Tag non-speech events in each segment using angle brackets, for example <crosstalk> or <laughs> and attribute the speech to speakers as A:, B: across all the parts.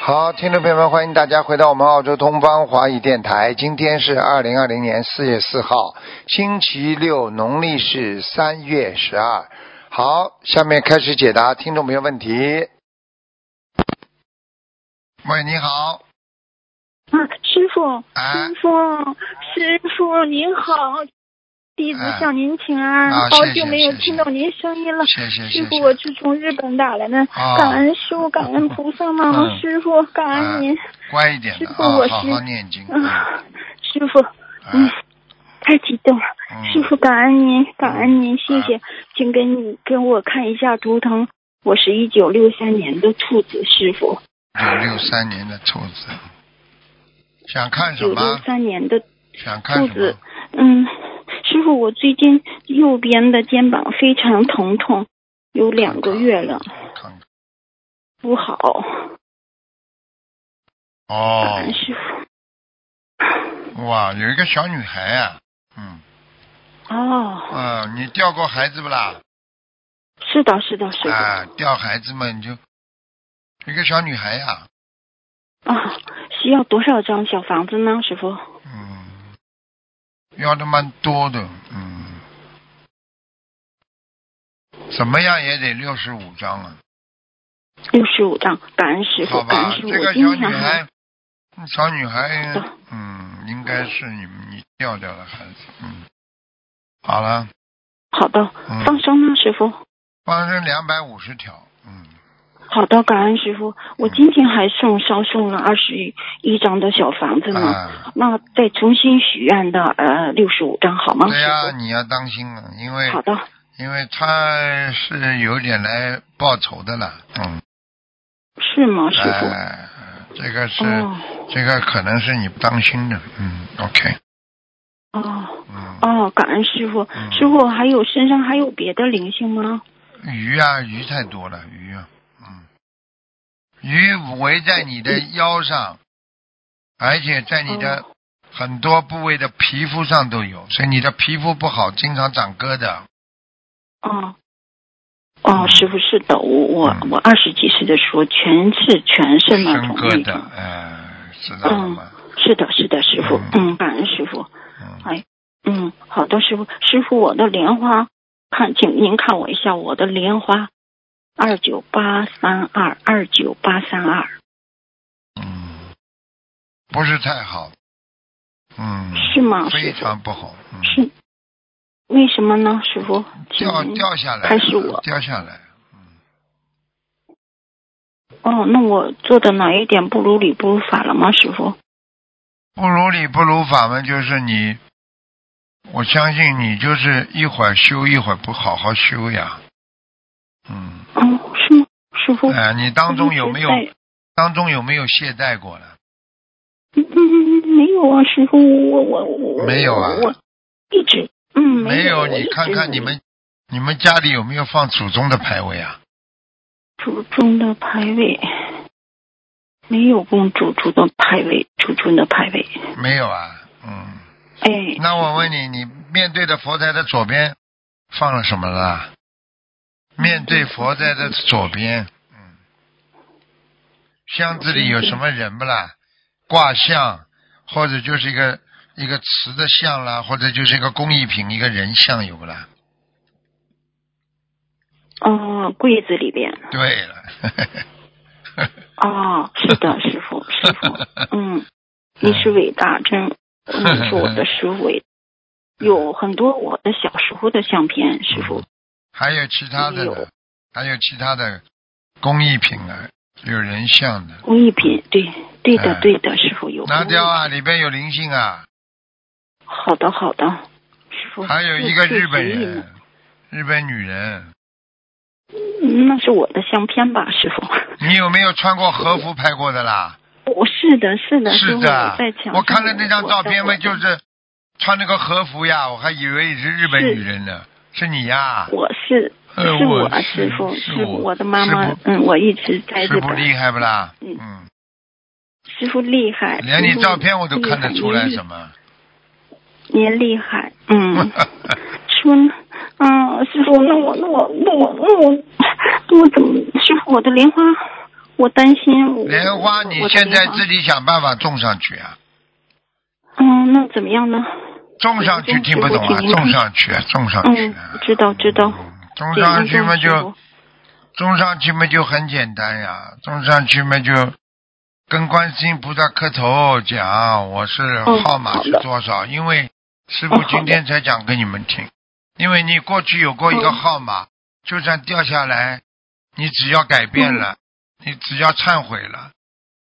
A: 好，听众朋友们，欢迎大家回到我们澳洲东方华语电台。今天是二零二零年四月四号，星期六，农历是三月十二。好，下面开始解答听众朋友问题。喂，你好，
B: 啊，师傅，
A: 哎
B: 师傅，师傅您好，弟子
A: 哎
B: 向您请安，
A: 啊
B: 好
A: 谢谢
B: 久没有
A: 谢谢
B: 听到您声音了。
A: 谢谢谢
B: 师傅，我
A: 谢。
B: 是从日本打来的，
A: 啊
B: 感恩师傅，感恩菩萨妈妈，
A: 嗯啊
B: 师傅，感恩您， <laughs>
A: 乖一点的
B: 师傅
A: 啊
B: 我，是
A: 好好念经。嗯
B: 啊，师傅，嗯
A: 哎，
B: 太激动了，
A: 嗯
B: 师傅，感恩您，感恩您，谢
A: 啊
B: 谢，请跟你跟我看一下图腾，我是一九六三年的兔子，师傅，
A: 九六三年的兔子，想看什
B: 九六
A: 么？
B: 三年的
A: 想看
B: 兔
A: 什么
B: 子？，嗯，师傅，我最近右边的肩膀非常疼痛，有两个月了，
A: 看看。
B: 不好。
A: 哦，
B: 师傅，
A: 哇，有一个小女孩啊，嗯，
B: 哦，
A: 呃，你掉过孩子不啦？
B: 是的，是的，是的，啊，
A: 啊，掉孩子嘛，你就一个小女孩啊呀、
B: 啊需要多少张小房子呢，师傅？
A: 嗯，要的蛮多的，嗯，怎么样也得六十五张了，
B: 六十五张，感恩师
A: 好
B: 傅，感恩
A: 吧？
B: 师傅，
A: 这
B: 我
A: 个
B: 今
A: 小
B: 天
A: 女
B: 还
A: 孩，小女孩
B: 好的，
A: 嗯，应该是你你掉掉的孩子，嗯，好了，
B: 好的，
A: 嗯
B: 放生呢，师傅？
A: 放生两百五十条，嗯，
B: 好的，感恩师傅，我今天还送烧送了二十一张的小房子呢，
A: 啊。
B: 那再重新许愿的呃六十五张好吗？
A: 对呀、
B: 师
A: 你要当心了，因为
B: 傅，好的。
A: 因为他是有点来报仇的了，嗯，
B: 是吗，师傅？
A: 哎、这个是、
B: 哦
A: 这个可能是你不当心的，嗯，OK，
B: 哦
A: 嗯，
B: 哦，感恩师傅。
A: 嗯
B: 师傅，还有身上还有别的灵性吗？
A: 鱼啊鱼太多了，鱼啊，嗯，鱼围在你的腰上，而且在你的
B: 哦
A: 很多部位的皮肤上都有，所以你的皮肤不好，经常长疙瘩，
B: 哦哦，师傅是的，我我
A: 嗯
B: 我二十几岁的时候全是全是嗯那
A: 生
B: 种
A: 疙
B: 那
A: 瘩
B: 种，，
A: 哎、知道了吗？
B: 是的，是的，师傅
A: 嗯，
B: 嗯，感恩师傅，
A: 嗯
B: 嗯，好的，师傅，师傅，我的莲花，看，请您看我一下，我的莲花，二九八三二二九八三二，
A: 嗯，不是太好。嗯，
B: 是吗
A: 非
B: 师傅
A: 常不好。嗯，
B: 是 <clears throat> 为什么呢，师傅？请
A: 掉
B: 您
A: 掉下来了，
B: 开始我
A: 掉下来。
B: 哦，那我做的哪一点不如理不如法了吗，师傅？
A: 不如理不如法嘛，就是你，我相信你就是一会儿修，一会儿不好好修呀。嗯，
B: 哦，是吗，师傅？
A: 哎、你当中有没有
B: 我一直在
A: 当中有没有懈怠过了？
B: 嗯嗯嗯，没有啊，师傅，我我我我
A: 没有啊
B: 我一直嗯
A: 没
B: 有，我一
A: 你
B: 直
A: 看看你们你们家里有没有放祖宗的牌位啊？
B: 祖宗的牌位，没有供祖宗的牌位，祖宗的牌位，
A: 没有啊。嗯，
B: 哎，
A: <laughs> 那我问你，你面对的佛台的左边放了什么啦？面对佛台的左边，嗯，箱子里有什么人不啦？挂像，或者就是一个一个瓷的像啦，或者就是一个工艺品，一个人像有不啦？
B: 哦，柜子里边，
A: 对了，
B: 哦，是的，师
A: <laughs>
B: 傅，师傅，嗯，你是伟大，真，你是我的师傅伟，有很多我的小时候的相片，师傅，
A: 嗯还有其他的呢
B: 有，
A: 还有其他的工艺品啊，有人像的，
B: 工艺品，对，对的
A: 哎，
B: 对的，师傅有。
A: 拿掉啊，里边有灵性啊，
B: 好的，好的，师傅。
A: 还有一个
B: 这
A: 日本。
B: 这是你
A: 人，日本女人。
B: 嗯那是我的相片吧，师傅。 <laughs>
A: 你有没有穿过和服拍过的啦？
B: 我是的，是的，师
A: 是
B: 傅
A: 的
B: 我在墙上，
A: 我看了那张照片嘛，
B: 我
A: 就是穿那个和服呀，我还以为是日本
B: 是
A: 女人呢，是你呀？
B: 我是
A: 呃
B: 是
A: 我
B: 啊
A: 是
B: 师傅，
A: 是
B: 是
A: 我
B: 我的妈
A: 是
B: 妈
A: 不，
B: 嗯，我一直在
A: 是
B: 日
A: 不
B: 本。
A: 厉害不啦？
B: 嗯
A: 嗯，
B: 师傅厉害，嗯
A: 连
B: 师
A: 你
B: 傅
A: 照片我都看得出来
B: 厉害
A: 什么。
B: 您厉害，嗯，师傅，嗯，师傅，那我那我那我那我那我怎么，师傅，我的莲花，我担心我
A: <laughs> 莲花，你
B: 我的
A: 现在
B: 莲花
A: 自己想办法种上去啊，
B: 嗯，那怎么样呢？
A: 种上去
B: 嗯
A: 听不懂啊，
B: 我听不懂
A: 种上去，啊，种上去
B: 嗯
A: 啊。，嗯
B: 知道知道。
A: 种上去嘛
B: 点亮
A: 就种上去嘛就很简单呀，种上去嘛就跟观世音菩萨磕头讲我是
B: 嗯
A: 号码是
B: 好的
A: 多少，因为师
B: 嗯
A: 傅
B: 好的
A: 今天才讲给你们听，因为你过去有过一个
B: 嗯
A: 号码，就算掉下来，你只要改变了，你只要忏悔了，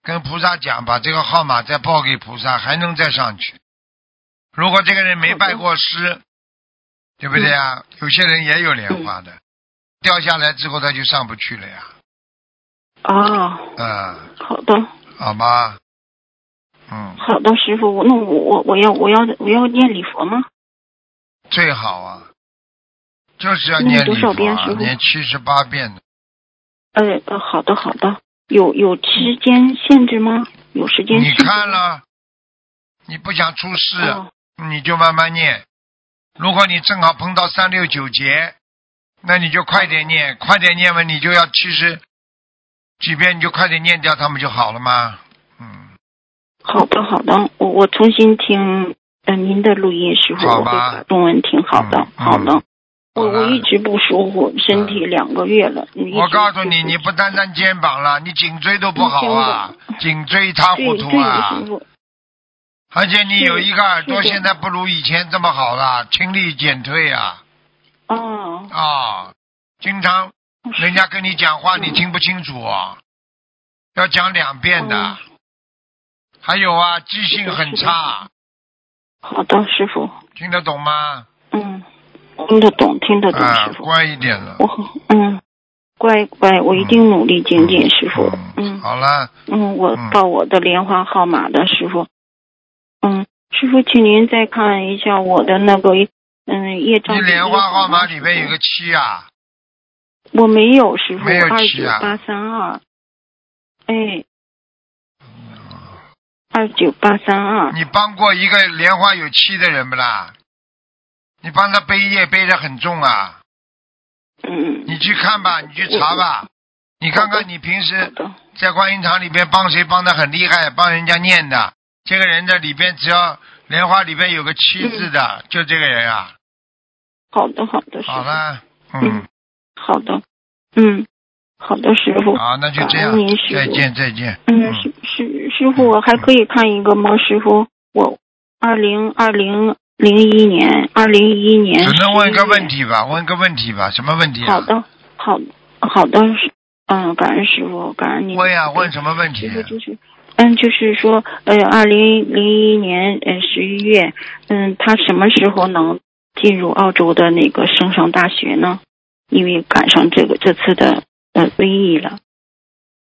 A: 跟菩萨讲把这个号码再报给菩萨，还能再上去。如果这个人没
B: 好的
A: 拜过师，对不对啊？有些人也有莲花的，掉下来之后他就上不去了呀。
B: 哦，
A: 嗯，
B: 好的
A: 好吧，嗯，
B: 好的，师傅，我那我我我要我要我要念礼佛吗？
A: 最好啊，就是要
B: 那
A: 念
B: 多
A: 礼
B: 少
A: 佛、
B: 遍
A: 啊
B: 师，傅
A: 念七十八遍的。
B: 呃呃，好的好的，有有时间限制吗？有时间
A: 你
B: 限制吗？
A: 看了，啊你不想出事，
B: 哦
A: 你就慢慢念。如果你正好碰到三六九节，那你就快点念，快点念完你就要七十几遍，你就快点念掉，他们就好了嘛。嗯，
B: 好的好的，我我重新听呃您的录音，师傅，
A: 好
B: 我会
A: 吧
B: 把中文听好的
A: 嗯，嗯
B: 好的。我
A: 好了
B: 我一直不舒服，身体两个月了。你一直
A: 我告诉你，
B: 不
A: 你不单单肩膀了，你颈椎都不好啊，颈椎一塌
B: 对
A: 糊涂啊
B: 对，师，傅，
A: 而且你有一个耳朵
B: 是的
A: 现在不如以前这么好了，听力减退啊
B: 哦，
A: 啊，经常人家跟你讲话
B: 嗯
A: 你听不清楚啊，要讲两遍的
B: 嗯。
A: 还有啊，记性
B: 是的
A: 很
B: 是的
A: 差，
B: 好的，师傅，
A: 听得懂吗？
B: 嗯，听得懂，嗯听得懂，
A: 啊
B: 师，傅，
A: 乖一点了。
B: 我很嗯，乖乖，我一
A: 嗯
B: 定努力精进，师傅，嗯
A: 好了，
B: 嗯，我
A: 嗯
B: 报我的莲花号码的师傅，嗯，师傅，请您再看一下我的那个嗯业
A: 你
B: 障。
A: 莲花号码里面有个七啊，
B: 我没有，师傅，
A: 没有
B: 二
A: 气
B: 九
A: 啊
B: 八三二，哎，二九八三二，
A: 嗯你帮过一个莲花有七的人不啦？你帮他背业背得很重啊！
B: 嗯，
A: 你去看吧，你去查吧，你看看你平
B: 好
A: 时
B: 的，
A: 在观音堂里边帮谁帮的很厉害，帮人家念的，这个人的里边只要莲花里边有个七字
B: 嗯
A: 的，就这个人啊。
B: 好的，好的，师
A: 好
B: 傅，
A: 了，嗯，
B: 好的，嗯，好的，师傅，
A: 好，那就这样
B: 感恩您，师傅
A: 再见，再见。
B: 嗯，师师师傅，我还可以看一个吗？师傅，我二零二零零一年，二零一一年，
A: 只能问个问。题吧，问个问题吧，什么问题啊
B: 好？的，好，好的，是嗯，感恩师傅，感恩您。
A: 问呀，啊问什么问
B: 其
A: 题？
B: 实就是，嗯，就是说，呃，二零零一年呃十一月，嗯，他什么时候能进入澳洲的那个升上大学呢？因为赶上这个这次的呃瘟疫了。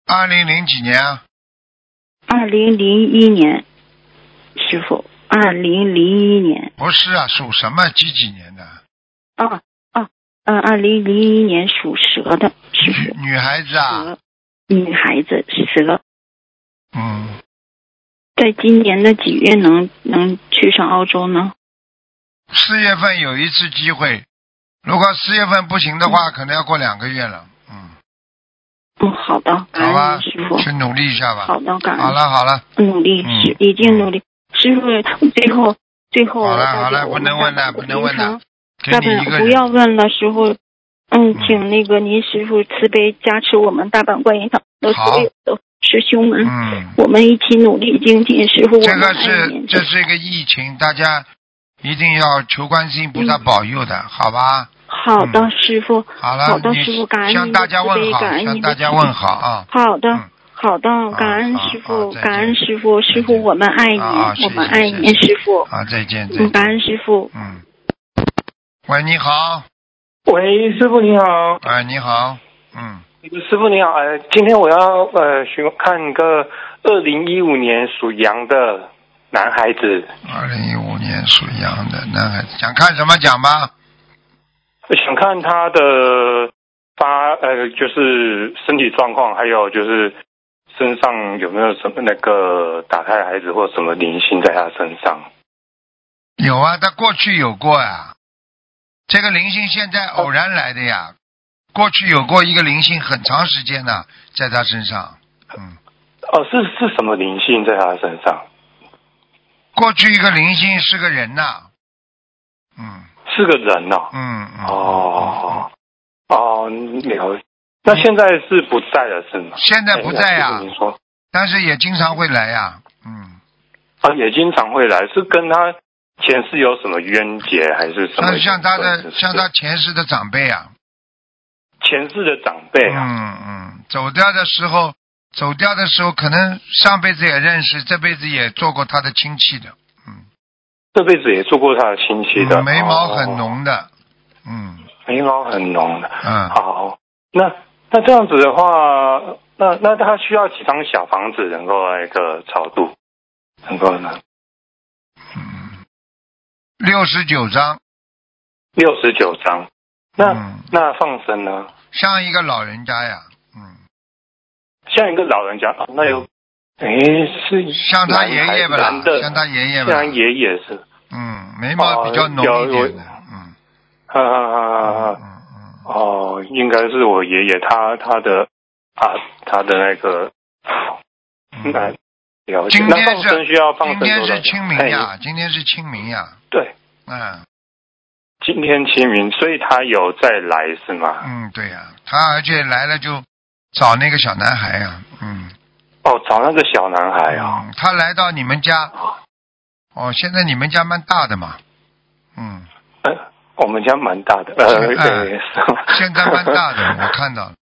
A: 二零零几年啊？
B: 二零零一年，师傅，二零零一年
A: 不是啊，属什么？几几年的？
B: 啊啊，呃，二零零一年属蛇的师
A: 女
B: 傅，
A: 女孩子啊，
B: 蛇，女孩子蛇，
A: 嗯，
B: 在今年的几月能能去上澳洲呢？
A: 四月份有一次机会，如果四月份不行的话，可能要过两个月了，嗯，
B: 嗯，好的，
A: 好
B: 感
A: 吧
B: 恩您师傅。
A: 去努力一下吧。
B: 好的，感恩。
A: 好了好了，
B: 努力
A: 嗯
B: 是已经努力。师傅，最后最后
A: 好了
B: 大家
A: 好了
B: 我
A: 不
B: 们
A: 能问
B: 大
A: 了
B: 家
A: 不能问了给
B: 大
A: 你一
B: 本
A: 个
B: 不要
A: 人，
B: 问了，师傅。嗯
A: 嗯，
B: 请那个您师傅慈悲加持我们大阪观音堂的
A: 好
B: 所有的师兄们，
A: 嗯，
B: 我们一起努力精进。师傅，我
A: 这
B: 们
A: 个
B: 爱
A: 是
B: 您。
A: 这是一个疫情，大家一定要求观世音菩萨
B: 嗯
A: 保佑的，好吧？
B: 好的，师傅，
A: 嗯好了，
B: 好的
A: 你
B: 师傅感恩
A: 向
B: 您的
A: 大家
B: 慈
A: 问
B: 悲
A: 好，
B: 感恩
A: 向
B: 您
A: 大
B: 的
A: 家
B: 慈
A: 问
B: 悲
A: 好啊，
B: 好的
A: 嗯。
B: 好的，感恩
A: 好
B: 师
A: 好
B: 傅，
A: 再见
B: 感恩师傅，师
A: 再见
B: 傅我们爱您，
A: 啊谢谢
B: 我们爱
A: 谢
B: 您，
A: 谢
B: 师傅，
A: 好，再见再
B: 嗯，感
A: 见，
B: 恩师傅，
A: 嗯，喂，你好，
C: 喂，师傅你好，
A: 哎，你好，嗯，
C: 师傅你好，呃，今天我要呃询看一个二零一五年属羊的男孩子，
A: 二零一五年属羊的男孩子，想看什么讲吧？
C: 想看他的发呃就是身体状况，还有就是身上有没有什么那个打胎孩子或什么灵性在他身上。
A: 有啊，他过去有过呀、这个灵性现在偶然来的呀，过去有过一个灵性，很长时间呢、在他身上。嗯，
C: 哦，是是什么灵性在他身上？
A: 过去一个灵性是个人呐，嗯
C: 是个人哦。
A: 嗯嗯，
C: 哦哦，了解。那现在是不在了是吗？
A: 现在不在啊呀、
C: 哎那师傅您说
A: 但是也经常会来呀、嗯，
C: 啊，也经常会来，是跟他前世有什么冤结还是什
A: 像
C: 么缘分？
A: 像他的
C: 是
A: 像他前世的长辈啊，
C: 前世的长辈啊，
A: 嗯嗯，走掉的时候，走掉的时候可能上辈子也认识，这辈子也做过他的亲戚的，嗯，
C: 这辈子也做过他的亲戚的，
A: 嗯眉毛很
C: 哦，
A: 浓的，嗯
C: 眉毛很浓的。
A: 嗯，
C: 好，那那这样子的话，那那他需要几张小房子能够那个超度，能够呢？
A: 六十九张，
C: 六十九张。那、
A: 嗯
C: 那放生呢？
A: 像一个老人家呀，嗯，
C: 像一个老人家，哦、那有，哎，是
A: 像他爷爷吧啦
C: 男的，
A: 像他爷爷吧啦
C: 像，爷爷是，
A: 嗯，眉毛比较浓一点的，嗯
C: 啊啊啊啊啊！
A: 嗯嗯，
C: 哦，应该是我爷爷，他他的啊，他的那个，
A: 嗯
C: 那、了解。
A: 今
C: 那
A: 天
C: 放
A: 是
C: 生需要放
A: 今
C: 生多
A: 天
C: 少
A: 是
C: 张
A: 清明
C: 哎
A: 呀，今天是清明呀，
C: 对，
A: 嗯
C: 今天清明，所以他有再来是吗？
A: 嗯，对呀，他而且来了就找那个小男孩呀，嗯，
C: 哦，找那个小男孩啊、
A: 嗯，他来到你们家，
C: 哦，
A: 哦，现在你们家蛮大的嘛，嗯，
C: 呃，我们家蛮大的，呃，
A: 现在
C: 对，是吗
A: 现在蛮大
C: <laughs>
A: 的，我看到了，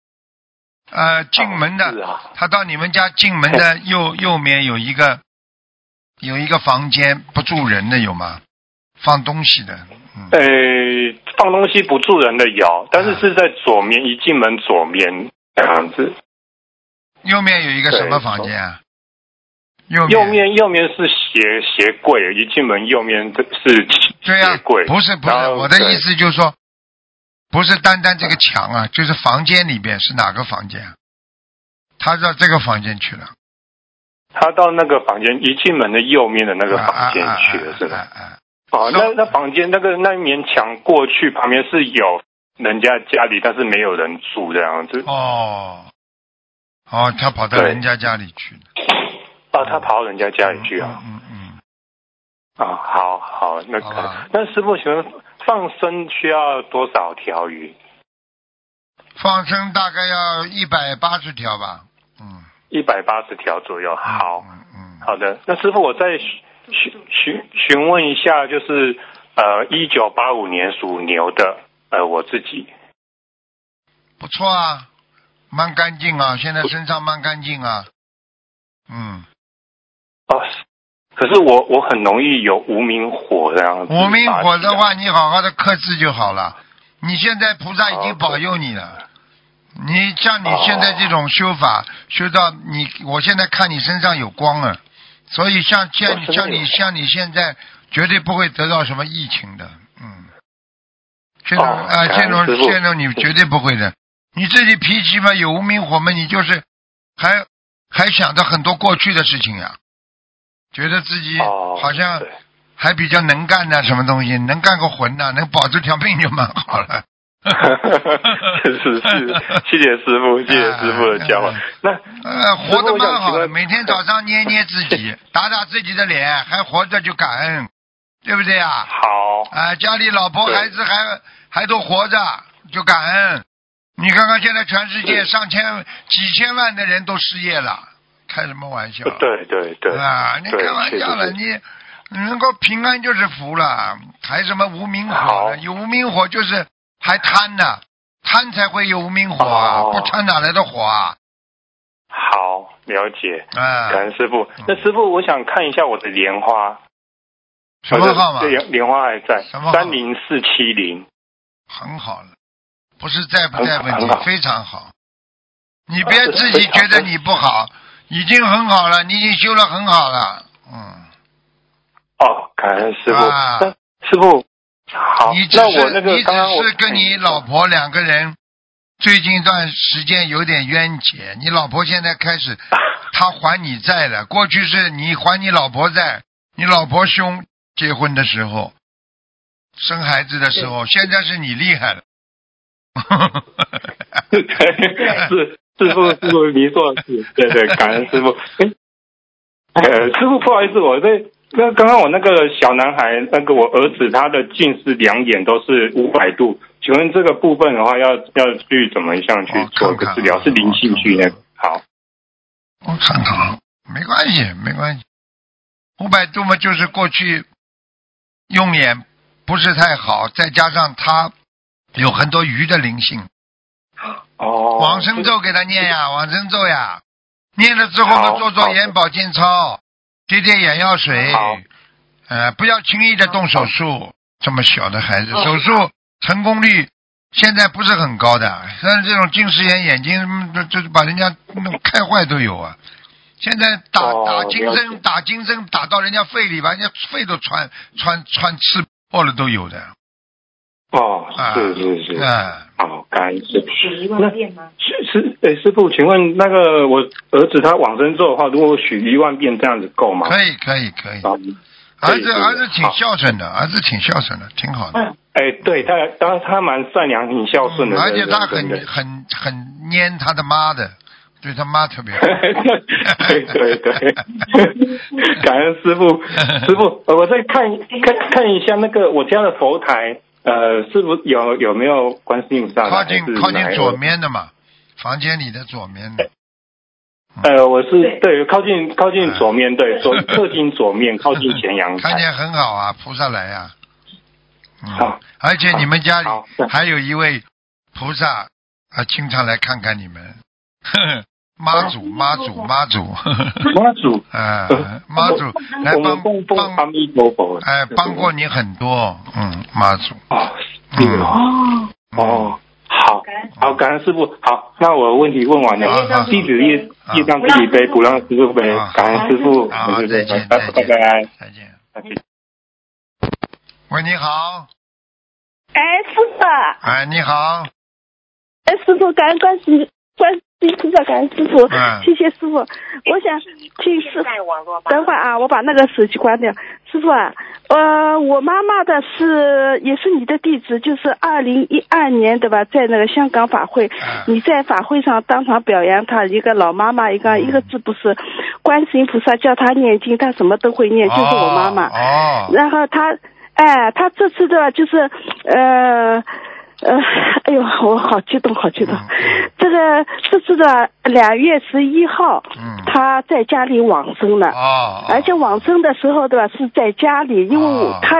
A: 呃，进门
C: 是
A: 的，
C: 啊，
A: 他到你们家进门
C: <laughs>
A: 的右右面有一个有一个房间不住人的有吗？放东西的，嗯，
C: 呃，放东西不住人的有，但是是在左面，一进门左面这样子。
A: 右面有一个什么房间啊？右
C: 右面右面是鞋鞋柜，一进门右面的是
A: 对呀、
C: 鞋柜。
A: 不是不是
C: 然，后
A: 我的
C: 对
A: 意思就是说，不是单单这个墙啊，就是房间里边是哪个房间、啊？他到这个房间去了，
C: 他到那个房间，一进门的右面的那个房间去了，是
A: 吧？
C: 吧？
A: 啊啊啊
C: 哦，那
A: 是
C: 那房间那个那一面墙过去旁边是有人家家里，但是没有人住这样子。
A: 哦，哦，他跑到
C: 对
A: 人家家里去了。
C: 啊，他跑到人家家里去啊。
A: 嗯嗯
C: 啊，好好，那
A: 好吧
C: 个，那师傅请问放生需要多少条鱼？
A: 嗯，放生大概要一百八十条吧。嗯，
C: 一百八十条左右。好，
A: 嗯嗯，
C: 好的，那师傅，我再询询询询问一下，就是呃，一九八五年属牛的，呃，我自己
A: 不错啊，蛮干净啊，现在身上蛮干净啊。嗯，
C: 哦，可是我我很容易有无名火这样子。
A: 无名火的，话，你好好的克制就好了。你现在菩萨已经保佑你了。你像你现在这种修法，修到你，我现在看你身上有光了，所以像像
C: 我身上
A: 像
C: 有
A: 你像你现在绝对不会得到什么疫情的，嗯。这种
C: 哦
A: 啊，这
C: 感恩
A: 种
C: 师父
A: 这种你绝对不会的。你自己脾气嘛，有无名火嘛，你就是还还想着很多过去的事情呀、觉得自己
C: 哦，
A: 好像
C: 对 <laughs>
A: 还比较能干呐、什么东西能干个魂呐、能保住条命就蛮好了。
C: <laughs> 是是
A: <laughs>
C: 是，谢谢师傅，谢谢师傅的教
A: 嗯
C: 化。那
A: 呃，活得蛮好的，
C: 师傅我想请问
A: 每天早上捏捏自
C: <laughs>
A: 己，打打自己的脸，还活着就感恩，对不对啊？
C: 好，
A: 啊、家里老婆
C: 对
A: 孩子还还都活着，就感恩。你看看现在全世界
C: 对
A: 上千几千万的人都失业了，开什么玩笑？
C: <laughs> 哦对对对，
A: 啊，你
C: 对
A: 开玩
C: 确实
A: 笑了，
C: 是
A: 你你能够平安就是福了，还什么无名火
C: 好
A: 呢？有无名火就是还贪呢、贪才会有无名火啊，
C: 哦
A: 不贪哪来的火啊？
C: 好了解，
A: 啊，
C: 感恩师傅。那师傅，我想看一下我的莲花，
A: 什么号码
C: 我？的莲莲花还在
A: 什么号
C: 三零四七零。
A: 很好了，不是在不在问
C: 很
A: 题
C: 好，
A: 非常好。你
C: 啊
A: 别
C: 对
A: 自己
C: 非常
A: 觉得
C: 好
A: 你不好，已经很好了，你已经修了很好了，嗯。
C: 哦，感恩师傅。
A: 啊
C: 那师傅，好
A: 你，只
C: 那
A: 是
C: 我那个
A: 你只
C: 刚刚我嗯
A: 是跟你老
C: <laughs>
A: 婆两个人最近一段时间有点冤结，你老婆现在开
C: <laughs>
A: 始她还你债了，过去是你还你老婆债，你老婆凶，结婚的时候，生孩子的 <laughs> 时候，现在是你厉害了。
C: 对，是师傅，师傅，您做的是对对，感恩师傅。哎，呃，师傅，不好意思，我这那刚刚我那个小男孩，那个我儿子，他的近视两眼都是五百度，请问这个部分的话要，要去怎么样去
A: 哦
C: 做一个
A: 看看
C: 治疗？
A: 啊
C: 是灵性去那个？好，
A: 我看看啊，没关系，没关系。五百度嘛，就是过去用眼不是太好，再加上他有很多鱼的灵性，
C: 哦，
A: 往生咒给他念呀，往生咒呀，念了之后嘛，
C: 好
A: 做做
C: 好的
A: 眼保健操，滴滴眼药水
C: 好，
A: 呃，不要轻易的动手术。这么小的孩子，
D: 哦
A: 手术成功率现在不是很高的，像这种近视眼眼睛，嗯这这把人家弄开坏都有啊。现在打
C: 哦
A: 打金
C: 了
A: 针，
C: 解
A: 打金针打到人家肺里，把人家肺都穿穿穿刺破了都有的
C: 哦
A: 啊，！
C: 是是是，
A: 啊。
C: 好，感恩师傅。
D: 许一万遍吗？
C: 师师，哎，师傅，请问那个我儿子他往生咒的话，如果我许一万遍这样子够吗？
A: 可以可以可以，
C: 啊
D: 嗯
A: 儿子
C: 可以
A: 儿子挺
C: 好
A: 孝顺的，儿子挺孝顺的，挺好的。
D: 嗯，
C: 哎，对他，他他蛮善良、挺孝顺
A: 嗯
C: 的人，
A: 而且他
C: 真的
A: 很很很粘他的妈的，对他妈特别好。
C: <laughs> 对对对，感恩师傅，师傅，呃我再看看看一下那个我家的佛台，呃，是不有有没有观世音菩萨？
A: 靠
C: 还 <laughs>
A: 近
C: 是
A: 靠
C: 哪
A: 近
C: 一
A: 左
C: 位。
A: 面的嘛，房间里的左面的，
C: 呃，我是
D: 对
C: 对靠近靠
A: 嗯
C: 近左面，对左 <laughs> 客厅左面，靠近前阳
A: <laughs> 看
C: 台。
A: 见很好啊，菩萨来呀、啊。嗯
C: 好，
A: 而且你们家里
C: 好是
A: 还有一位菩萨啊，经常来看看你们。 <laughs> 呵呵妈
C: 嗯
A: 祖妈祖妈祖， <laughs> 呵呵
C: 妈祖，
A: 啊，妈祖来帮
C: 我们供奉
A: 帮
C: 阿弥陀佛。
A: 哎，帮过你很多，嗯，妈祖，
C: 哦，是哦
A: 嗯，
D: 哦，
C: 哦，好。
D: 感恩
C: 好，感恩师傅。好，那我问题问完
A: 好
C: 了
A: 好。
C: 弟子业
A: 好
C: 业障自己背，不让师傅背
A: 好。
C: 感恩师傅，
A: 好，再见，
C: 拜
A: 再
C: 拜
A: 见，
C: 拜
A: 再见。
C: 拜。
A: 喂，你好，
E: 哎，师傅啊，
A: 哎，你好，
E: 哎，师傅，感恩关心关心菩萨，感恩师傅，
A: 嗯
E: 谢谢师傅。我想请师傅等会儿啊，我把那个手机关掉。师傅啊，呃，我妈妈的是也是你的弟子，就是二零一二年对吧，在那个香港法会，
A: 嗯
E: 你在法会上当场表扬她，一个老妈妈，
A: 嗯
E: 一个一个字不识，观世音菩萨叫她念经，她什么都会念，就是我妈妈。
A: 哦，哦
E: 然后他，哎，他这次的就是，呃，呃，哎呦，我好激动，好激动。
A: 嗯
E: 这个这次的两月十一号，
A: 嗯
E: 他在家里往生了。
A: 哦，
E: 而且往生的时候，对吧？是在家里，因为
A: 哦
E: 我他，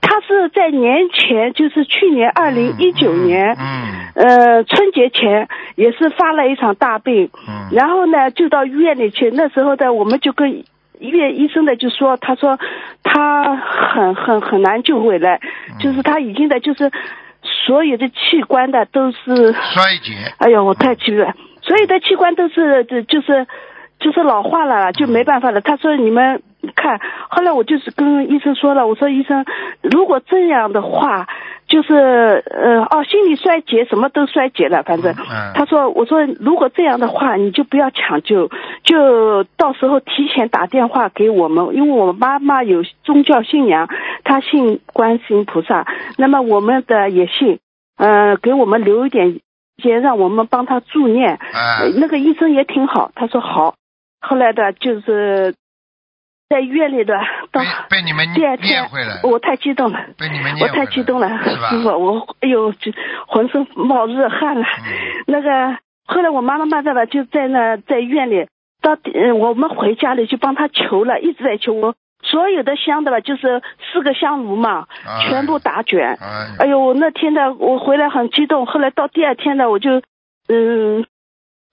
E: 他是在年前，就是去年二零一九年，
A: 嗯
E: 呃，春节前也是发了一场大病，
A: 嗯
E: 然后呢，就到医院里去。那时候呢，我们就跟医院医生的就说，他说他很很很难救回来，就是他已经的，就是所有的器官的都是，
A: 衰竭，
E: 哎呦，我太气了，所有的器官都是就就是就是老化了，就没办法了。他说你们看，后来我就是跟医生说了，我说医生，如果这样的话，就是呃哦，心理衰竭什么都衰竭了，反正。
A: 嗯，
E: 他说：“我说如果这样的话，你就不要抢救，就到时候提前打电话给我们，因为我妈妈有宗教信仰，她信观世音菩萨，那么我们的也信，呃，给我们留一点时间，让我们帮她助念。
A: 哎
E: 呃，那个医生也挺好，他说好。后来的就是在院里的，到
A: 被被你们
E: 第二
A: 念
E: 天
A: 回来，
E: 我太激动了。”
A: 被你们念
E: 我
A: 回来，
E: 太激动了，
A: 是吧
E: <laughs> 师？傅，我哎呦，就浑身冒热汗了。
A: 嗯
E: 那个后来我妈妈在吧，就在那在院里，到底、呃我们回家里去帮她求了，一直在求我。所有的香的吧，就是四个香炉嘛，
A: 哎
E: 全部打卷。
A: 哎呦
E: 哎呦，我那天呢，我回来很激动。后来到第二天呢，我就，嗯，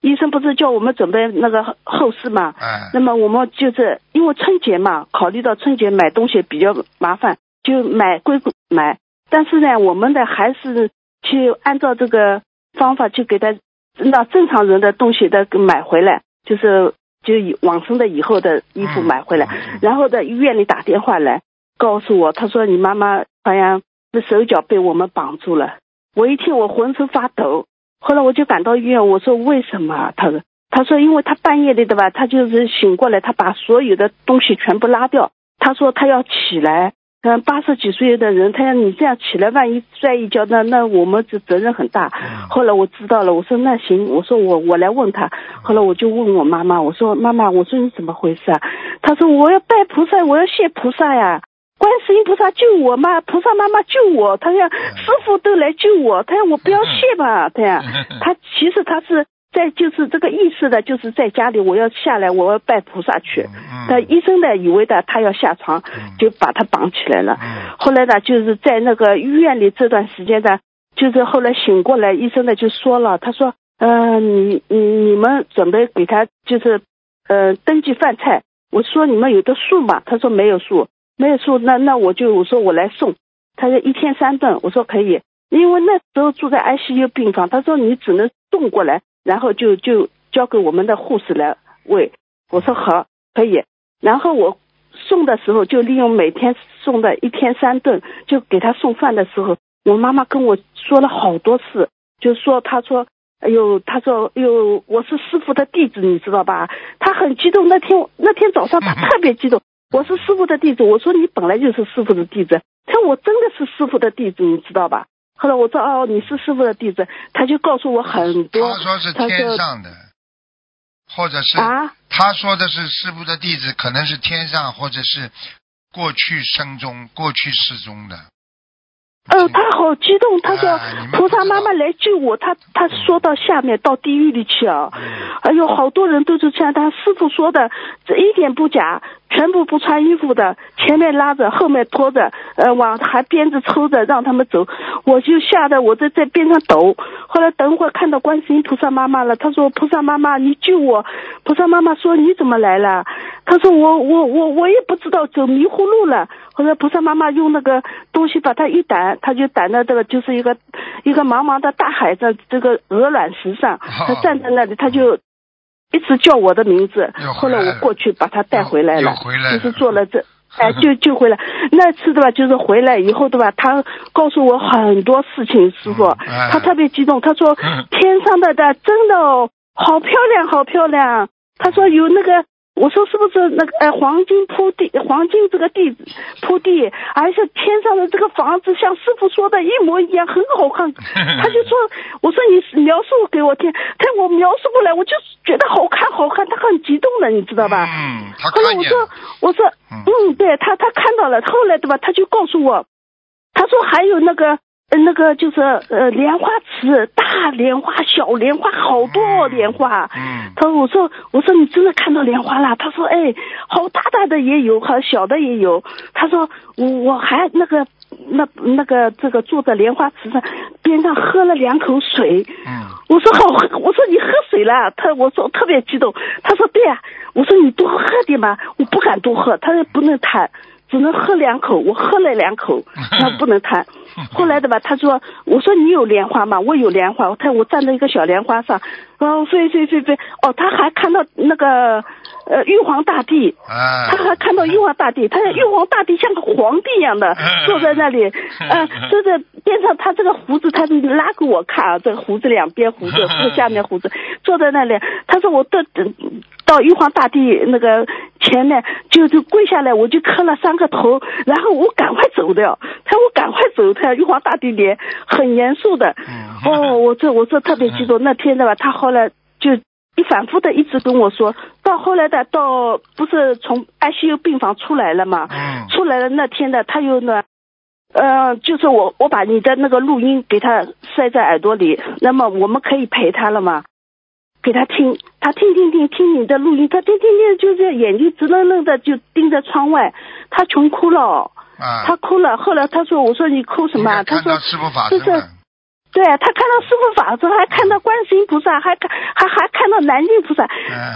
E: 医生不是叫我们准备那个后事嘛，
A: 哎
E: 那么我们就是因为春节嘛，考虑到春节买东西比较麻烦，就买归买，但是呢，我们呢还是去按照这个方法去给他那正常人的东西的买回来，就是就以往生的以后的衣服买回来，
A: 嗯
E: 然后在医院里打电话来告诉我，他说你妈妈好像是手脚被我们绑住了。我一听我浑身发抖，后来我就赶到医院，我说为什么啊？他说他说因为他半夜里的吧，他就是醒过来，他把所有的东西全部拉掉。他说他要起来，嗯，八十几岁的人，他要你这样起来，万一摔一跤，那那我们这责任很大。后来我知道了，我说那行，我说我我来问他。后来我就问我妈妈，我说妈妈，我说你怎么回事啊？她说我要拜菩萨，我要谢菩萨呀，观世音菩萨救我嘛，菩萨妈妈救我，她要师傅都来救我，她要我不要谢嘛，她呀，
A: 嗯
E: 她其实她是在就是这个意识的，就是在家里我要下来，我要拜菩萨去。那
A: 嗯
E: 医生呢，以为的他要下床，就把他绑起来了。
A: 嗯
E: 后来呢，就是在那个医院里这段时间呢，就是后来醒过来，医生呢就说了，他说，呃，你你你们准备给他就是，呃，登记饭菜。我说你们有的素吗？他说没有素，没有素，那那我就我说我来送。他说一天三顿，我说可以，因为那时候住在 ICU 病房，他说你只能送过来，然后就就交给我们的护士来喂。我说好，可以。然后我送的时候就利用每天送的一天三顿，就给他送饭的时候，我妈妈跟我说了好多次，就说她说。哎呦，她说，哎呦，我是师傅的弟子，你知道吧？她很激动。那天那天早上，她特别激动。我是师傅的弟子，我说你本来就是师傅的弟子。她说我真的是师傅的弟子，你知道吧？后来我说哦，你是师傅的弟子，她就告诉我很多。
A: 他说是
E: 她
A: 天
E: 说
A: 上的，或者是
E: 啊，
A: 他说的是师傅的弟子，可能是天上或者是过去生中、过去世中的。
E: 嗯，他好激动，他说
A: 哎你们
E: 菩萨妈
A: 不
E: 妈
A: 知
E: 来救我，他他说到下面到地狱里去啊，
A: 嗯
E: 哎呦，好多人都是这样，他师傅说的这一点不假，全部不穿衣服的，前面拉着，后面拖着，呃，往还鞭子抽着让他们走，我就吓得我在在边上抖，后来等会儿看到观世音菩萨妈妈了，他说菩萨妈妈你救我，菩萨妈妈说你怎么来了？他说我我我我也不知道，走迷糊路了。后来菩萨妈妈用那个东西把它一掸，它就掸到这个就是一个一个茫茫的大海的这个鹅卵石上，
A: 哦
E: 它站在那里，它就一直叫我的名字
A: 又回来了。
E: 后来我过去把它带回来
A: 又
E: 了
A: 又，回来了
E: 就是做了这。哎，就就回来那次对吧？就是回来以后对吧？他告诉我很多事情，师傅，
A: 嗯哎
E: 他特别激动，他说
A: 嗯
E: 天上的的真的哦，好漂亮，好漂亮。他说有那个，我说是不是那个呃黄金铺地，黄金这个地铺地，而且天上的这个房子像师傅说的一模一样，很好看。
A: 嗯 <laughs>
E: 他就说，我说你描述给我听，他我描述过来，我就觉得好看，好看，他很激动的，你知道吧？
A: 嗯，他
E: 后来
A: 看
E: 我
A: 见了
E: 说，我说，
A: 嗯
E: 嗯，对他，他看到了。后来对吧，他就告诉我，他说还有那个。呃那个就是呃莲花池，大莲花、小莲花，好多
A: 嗯
E: 莲花。
A: 嗯
E: 他说我说我说你真的看到莲花了？他说哎，好大大的也有，好小的也有。他说我我还那个那那个这个坐在莲花池上边上喝了两口水，
A: 嗯
E: 我说好，我说你喝水了，他我说特别激动，他说对呀、我说你多喝点吧，我不敢多喝，他说不能贪，只能喝两口，我喝了两口，那不能贪。后来的吧，他说，我说你有莲花吗？我有莲花，他我站在一个小莲花上，然后飞飞飞飞，哦，他还看到那个呃玉皇大帝，
A: 啊，
E: 他还看到玉皇大帝，他玉皇大帝像个皇帝一样的
A: 嗯
E: 坐在那里，呃，坐在边上，他这个胡子，他是拉给我看啊，这个胡子两边胡子，
A: 嗯
E: 这下面胡子，坐在那里，他说我到到玉皇大帝那个前面就就跪下来，我就磕了三个头，然后我赶快走掉，他说我赶快走，他玉皇大帝脸很严肃的，
A: 嗯
E: 哦，我这我这特别激动，那天的吧，他后来就一反复的一直跟我说，到后来的到不是从 ICU 病房出来了嘛，
A: 嗯
E: 出来了那天的他又呢，呃，就是我我把你的那个录音给他塞在耳朵里，那么我们可以陪他了嘛，给他听，他听听听听你的录音，他听听听就是眼睛直愣愣的就盯着窗外，他穷哭了哦，
A: 啊，
E: 他哭了，后来他说我说你哭什么啊？
A: 应该
E: 他
A: 看
E: 说
A: 到师傅法
E: 就
A: 身
E: 是
A: 了，
E: 对啊他看到师傅法身，还看到观世音菩萨，还看还还看到南京菩萨。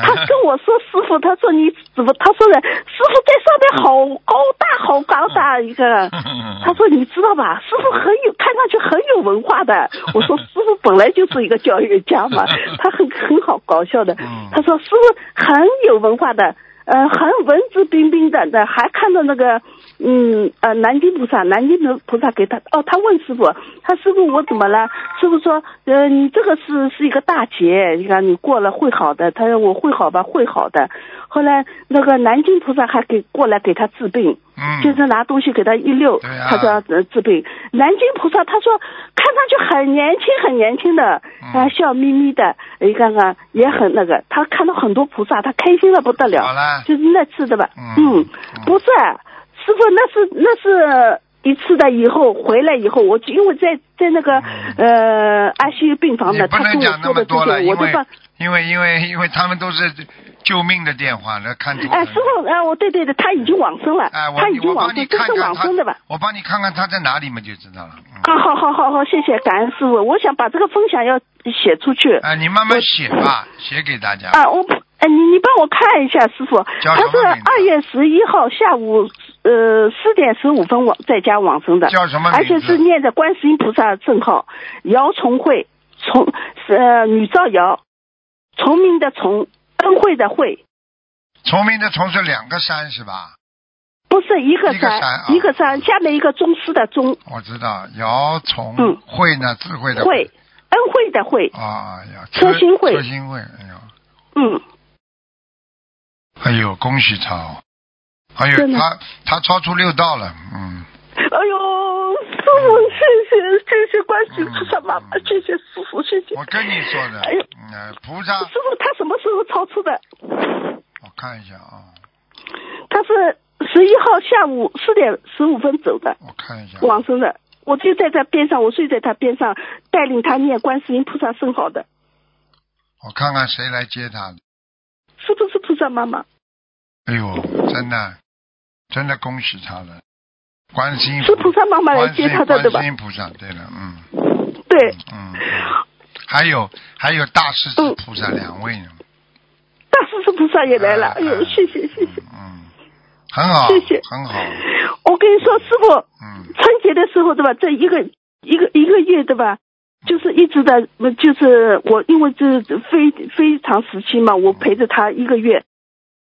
E: 他跟我说师傅，他说你怎么？他说的师傅在上面好高大，好高大一
A: 嗯
E: 个。他说你知道吧？师傅很有，看上去很有文化的。我说师傅本来就是一个教育家嘛，他很很好搞笑的
A: 嗯。
E: 他说师傅很有文化的，呃，很文质彬彬的，那还看到那个，嗯呃，南京菩萨，南京菩菩萨给他，哦，他问师傅，他师傅我怎么了？师傅说，呃，你这个是是一个大劫，你看你过了会好的。他说我会好吧，会好的。后来那个南京菩萨还给过来给他治病，
A: 嗯，
E: 就是拿东西给他一溜，
A: 对啊
E: 他就要呃治病。南京菩萨他说看上去很年轻很年轻的，
A: 嗯
E: 啊笑眯眯的，你看看也很那个，他看到很多菩萨，他开心的不得
A: 好
E: 了，
A: 了，
E: 就是那次的吧，
A: 嗯，
E: 不是，师傅，那是那是一次的，以后回来以后，我就因为在在那个呃 ICU 病房
A: 嗯你
E: 的，
A: 不
E: 他跟
A: 能
E: 我
A: 讲那
E: 说
A: 么
E: 的这
A: 多了，
E: 些，
A: 因
E: 我就
A: 为
E: 把
A: 因为因为因为他们都是救命的电话，那看图
E: 哎，
A: 腾
E: 师傅，哎，我对对对，他已经往生了，
A: 嗯哎，我
E: 他已经
A: 我帮
E: 往生，
A: 你
E: 这
A: 看
E: 是
A: 看
E: 往
A: 他
E: 生的吧？，
A: 我帮你看看他在哪里嘛，就知道了。嗯
E: 啊，好好好好，谢谢，感恩师傅，我想把这个分享要写出去。
A: 哎，你慢慢写吧，写给大家。
E: 啊，我不哎，你你帮我看一下，师傅，
A: 叫
E: 他
A: 什么
E: 是
A: 名字
E: 二月十一号下午呃四点十五分往在家往生的，
A: 叫什么
E: 而且
A: 名
E: 是
A: 字？
E: 念着观世音菩萨正号，姚崇慧，崇是呃女造谣，崇明的崇，恩惠的惠，
A: 崇明的崇是两个山是吧？
E: 不是一个
A: 一个山啊
E: 山，一个山，下面一个宗师的宗，
A: 我知道，姚崇
E: 嗯
A: 慧呢，智慧的
E: 惠，恩惠的惠，
A: 啊，哎呀，
E: 车心慧
A: 车心慧，哎呦，
E: 嗯，
A: 哎呦，恭喜他哦！哎呦，
E: 真的
A: 他他超出六道了，嗯，
E: <laughs> 哎呦，师傅，谢谢谢谢观世音菩萨妈妈，谢谢师傅，谢谢。
A: 嗯我跟你说的，
E: 哎呦，
A: 嗯呃菩萨，
E: 师傅他什么时候超出的？
A: 我看一下啊，
E: 他是十一号下午四点十五分走的，
A: 我看一下，
E: 往生的。我就在他边上，我睡在他边上，带领他念观世音菩萨圣号的，
A: 我看看谁来接他。
E: 是不是菩萨妈妈？
A: 哎呦，真的，真的恭喜他了，观世音
E: 是菩萨妈妈来
A: 观世
E: 接
A: 音
E: 他的，对
A: 嗯
E: 吧
A: 观世？音菩萨，对了，嗯
E: 对，嗯
A: 嗯，嗯还有还有大势至菩萨两位呢，
E: 大势至菩萨也来了。哎呦，谢谢谢谢。
A: 嗯，很好，
E: 谢谢
A: 很嗯好，
E: 我跟你说，师傅，
A: 嗯，
E: 春节的时候对吧？这一个一个一个月对吧？就是一直的，呃就是我因为这非非常时期嘛，我陪着他一个月，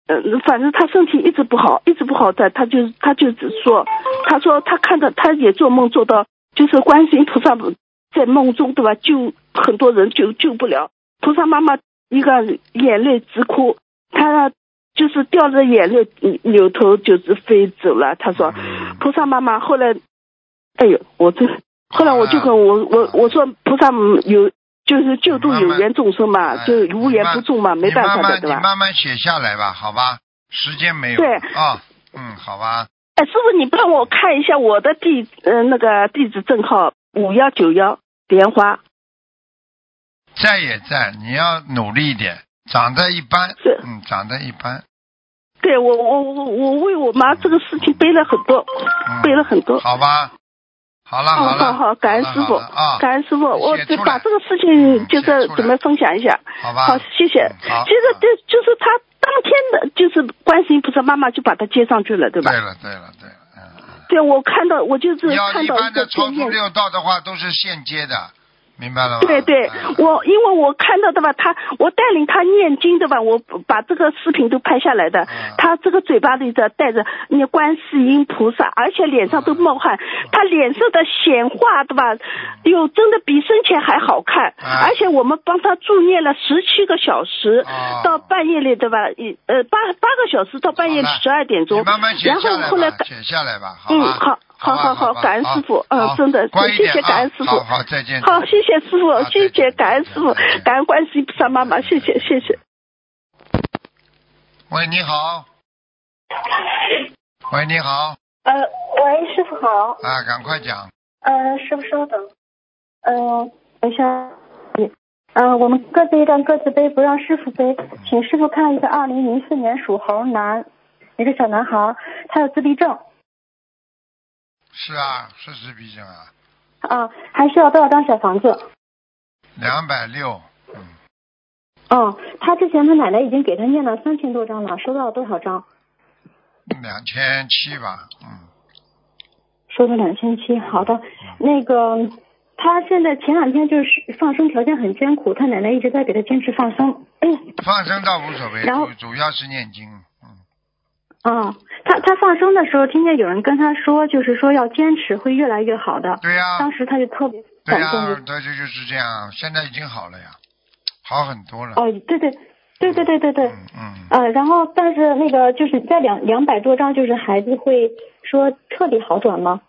E: 嗯，反正他身体一直不好，一直不好的，他就他就只说，他说他看到他也做梦做到，就是观世音菩萨在梦中对吧？救很多人救救不了，菩萨妈妈一个眼泪直哭，他就是掉着眼泪嗯扭头就是飞走了。他说，
A: 嗯
E: 菩萨妈妈后来，哎呦，我这后来我就跟我
A: 啊
E: 我我说菩萨嗯有就是救度有缘众生嘛，
A: 哎
E: 就无缘不助嘛，
A: 你
E: 没办法
A: 慢慢
E: 的，对吧
A: 你？慢慢写下来吧，好吧，时间没有
E: 对
A: 啊、嗯，好吧，
E: 哎，师傅，你帮我看一下我的地呃那个地址证号五幺九幺莲花
A: 在也在，你要努力一点，长得一般
E: 是，
A: 嗯，长得一般，
E: 对我我我我为我妈这个事情背了很多，
A: 嗯，
E: 背了很多。
A: 好吧，好了
E: 哦
A: 了，
E: 好好，感恩
A: 好
E: 师
A: 了
E: 傅
A: 好了啊，，
E: 感恩师傅，我
A: 写
E: 就
A: 出
E: 把
A: 来
E: 这个事情就
A: 嗯写
E: 是
A: 出来
E: 准备分享一下。
A: 好吧，
E: 好，谢谢。
A: 嗯好，
E: 其实
A: 好
E: 这就是他当天的，就是观世音菩萨妈妈就把他接上去了，对吧
A: 对？了对了对了，嗯
E: 对，我看到我就是
A: 嗯，要
E: 看
A: 一
E: 到一
A: 般
E: 个
A: 的超
E: 经
A: 出
E: 验。
A: 六道的话都是现接的，明白了吗？
E: 对对
A: 嗯，
E: 我因为我看到的吧，他我带领他念经的吧，我把这个视频都拍下来的
A: 嗯。
E: 他这个嘴巴里的带着那观世音菩萨，而且脸上都冒
A: 啊
E: 汗，他脸上的显化对吧？有真的比生前还好看，
A: 嗯
E: 而且我们帮他助念了十七个小时
A: 哦，
E: 到半夜里对吧？一呃八八个小时到半夜
A: 好了
E: 十二点
A: 你
E: 钟
A: 慢慢，写
E: 然后
A: 下来
E: 后来
A: 吧，写下来吧，好吧
E: 嗯，好，
A: 好
E: 好
A: 吧
E: 好，
A: 吧
E: 感恩师傅，
A: 好
E: 嗯，真的
A: 乖，一
E: 谢
A: 点
E: 谢
A: 啊
E: 感恩师傅，
A: 好好，再见。
E: 好，谢谢师
A: 好啊
E: 傅，谢
A: 再见
E: 谢感恩师傅
A: 再见，
E: 感恩观世音菩萨妈妈，谢谢谢谢。
A: 喂，你好。喂，你好，
D: 呃，喂，师傅好，
A: 啊，赶快讲，
D: 呃，师傅稍等，呃，等一下，嗯、呃，我们各自一段，各自背，不让师傅背，请师傅看一个二零零四年属猴男，一个小男孩，他有自闭症
A: 是啊，是自闭症啊，
D: 啊、还需要多少张小房子？
A: 两百六，嗯，
D: 哦，他之前他奶奶已经给他念了三千多张了，收到了多少张？
A: 两千七吧，嗯，
D: 收到两千七，好的，那个他现在前两天就是放生条件很艰苦，他奶奶一直在给他坚持放生。 <clears throat>
A: 放生倒无所谓，
D: 然后
A: 主主要是念经，嗯，
D: 嗯，他他放生的时候，听见有人跟他说，就是说要坚持，会越来越好的。
A: 对呀、
D: 当时他就特别
A: 啊对
D: 感
A: 呀、
D: 动。就
A: 他就就是这样，现在已经好了呀，好很多了，
D: 哦，对对对对对对对。
A: 嗯嗯，
D: 呃，然后但是那个就是在两两百多张，就是孩子会说彻底好转吗？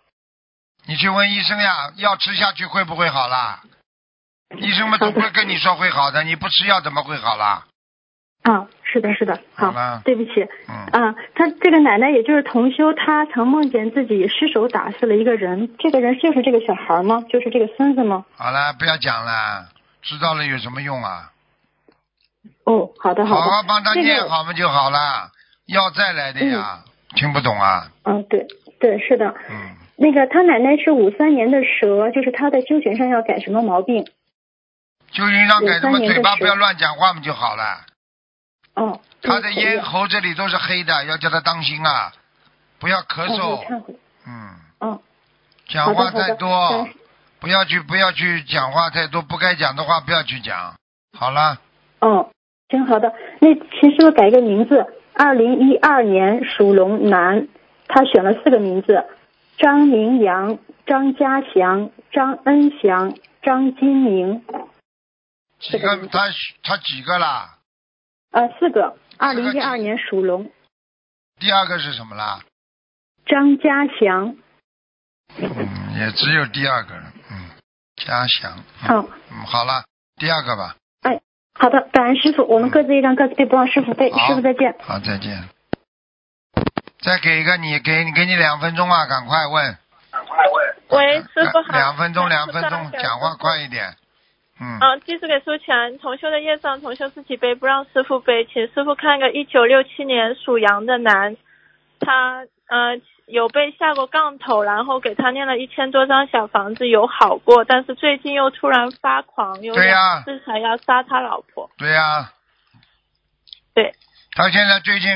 A: 你去问医生呀，药吃下去会不会好啦？医生们总会跟你说会好的，你不吃药怎么会好啦？
D: 啊，是的，是的，
A: 好吧
D: 对不起，
A: 嗯，
D: 啊，他这个奶奶也就是同修，她曾梦见自己失手打死了一个人，这个人就是这个小孩吗？就是这个孙子吗？
A: 好了，不要讲了，知道了有什么用啊？
D: 哦，好的，
A: 好
D: 的，
A: 好帮他
D: 这个
A: 念好嘛就好了，药再来的呀，听不懂啊？
D: 嗯，对，对，是的，
A: 嗯，
D: 那个他奶奶是五三年的蛇，就是他在纠结上要改什么毛病？
A: 就是你让改什么
D: 有三年的
A: 嘴巴
D: 时
A: 不要乱讲话嘛就好了。
D: 哦，
A: 他的
D: 这个
A: 咽喉这里都是黑的，要叫他当心啊，不要咳
D: 口业哦，我
A: 嗽。
D: 忏悔，
A: 嗯，
D: 哦，
A: 讲话太
D: 好的好
A: 多
D: 的，嗯
A: 不要去不要去讲话太多，不该讲的话不要去讲。好了，
D: 哦，行，好的，那秦师傅改一个名字，二零一二年属龙男，他选了四个名字：张明阳、张家祥、张恩祥、张金明，
A: 几
D: 这个
A: 个
D: 名字
A: 他他几个啦？
D: 呃，四个。二零一二年属龙，
A: 第二个是什么啦？
D: 张家祥，
A: 嗯，也只有第二个了。嗯，嘉祥。
D: 哦，
A: 嗯，好了，第二个吧。
D: 好的，感恩师傅，我们各自一张，各自背，不让师傅背，
A: 好
D: 师傅再见。
A: 好，再见。再给一个你，给你给你两分钟啊，赶快问。
F: 喂，师傅好。啊
A: 两分钟，两分
F: 师
A: 钟
F: 傅，好
A: 讲话。快一点。嗯，
F: 嗯，弟子给书前同修的业障，同修自己背，不让师傅背，请师傅看个一九六七年属羊的男，他呃有被下过杠头，然后给他念了一千多张小房子，有好过，但是最近又突然发狂，有
A: 对呀
F: 两次想要杀他老婆。
A: 对呀、
F: 对，
A: 他现在最近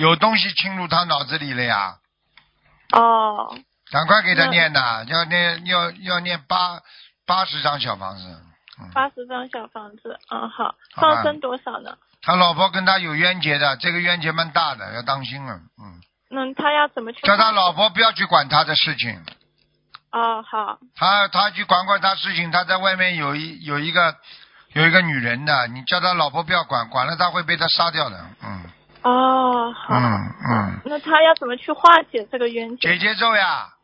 A: 有东西侵入他脑子里了呀，
F: 哦，
A: 赶快给他
F: 那
A: 念
F: 嗯
A: 呐，要念要要念八八十张小房子。嗯，
F: 八十张小房子，嗯好，
A: 好吧
F: 放生多少呢？
A: 他老婆跟他有冤结的，这个冤结蛮大的，要当心了。嗯，
F: 嗯，他要怎么去？
A: 叫他老。婆不要去管他的事情，
F: 哦，好，
A: 他他去管管他事情，他在外面有一有一个有一个女人的，你叫他老婆不要管，管了他会被他杀掉的。嗯
F: 哦好，
A: 嗯嗯，
F: 那他要怎么去化解这个冤结？
A: 姐姐咒
F: 嗯
A: 呀，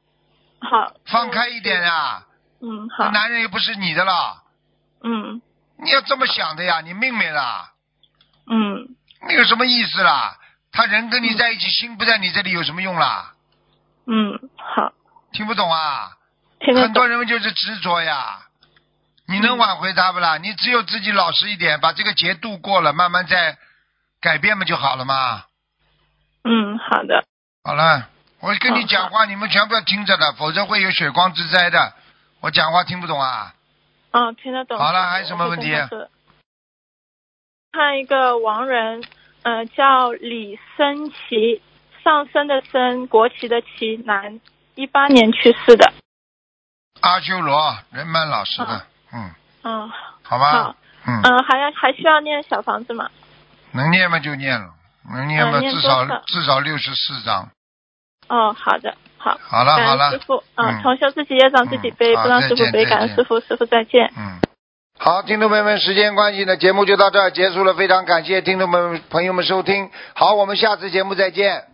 F: 好，
A: 放开一点呀，
F: 嗯，好，
A: 男人又不是你的了，
F: 嗯
A: 你要这么想的呀，你命没了，
F: 嗯
A: 那有什么意思啦？他人跟你在一起，心不在你这里有什么用啦？
F: 嗯，好，
A: 听不懂啊？
F: 听得
A: 很
F: 懂
A: 多，人就是执着呀，你能挽回他不啦？你只有自己老实一点，把这个劫度过了，慢慢再改变不就好了吗？
F: 嗯，好的，
A: 好了，我跟你
F: 好
A: 讲话，你们全部要听着的，否则会有血光之灾的。我讲话听不懂啊？
F: 嗯，听得懂。
A: 好了
F: 谢谢
A: 还有什么问题？
F: 我会跟他说看一个亡人，呃，叫李升旗，上升的升，国旗的旗，男，一八年去世的。
A: 阿修罗人蛮老实的，嗯，
F: 嗯，
A: 好
F: 好
A: 吧，，嗯，
F: 嗯，还要还需要念小房子吗？
A: 能念嘛就念了，能念嘛
F: 嗯念
A: 至
F: 多
A: 少
F: 少
A: 至少六十四章。
F: 哦，好的，好。
A: 好了
F: 感
A: 好
F: 恩师
A: 了，
F: 傅，
A: 嗯
F: 嗯，同修自己业障自己背，
A: 嗯好
F: 不让
A: 再
F: 师傅
A: 见
F: 背，
A: 再
F: 感恩
A: 见
F: 师傅，师傅再见。
A: 嗯，好，听众朋友们，时间关系呢，节目就到这儿结束了，非常感谢听众朋友们朋友们收听，好，我们下次节目再见。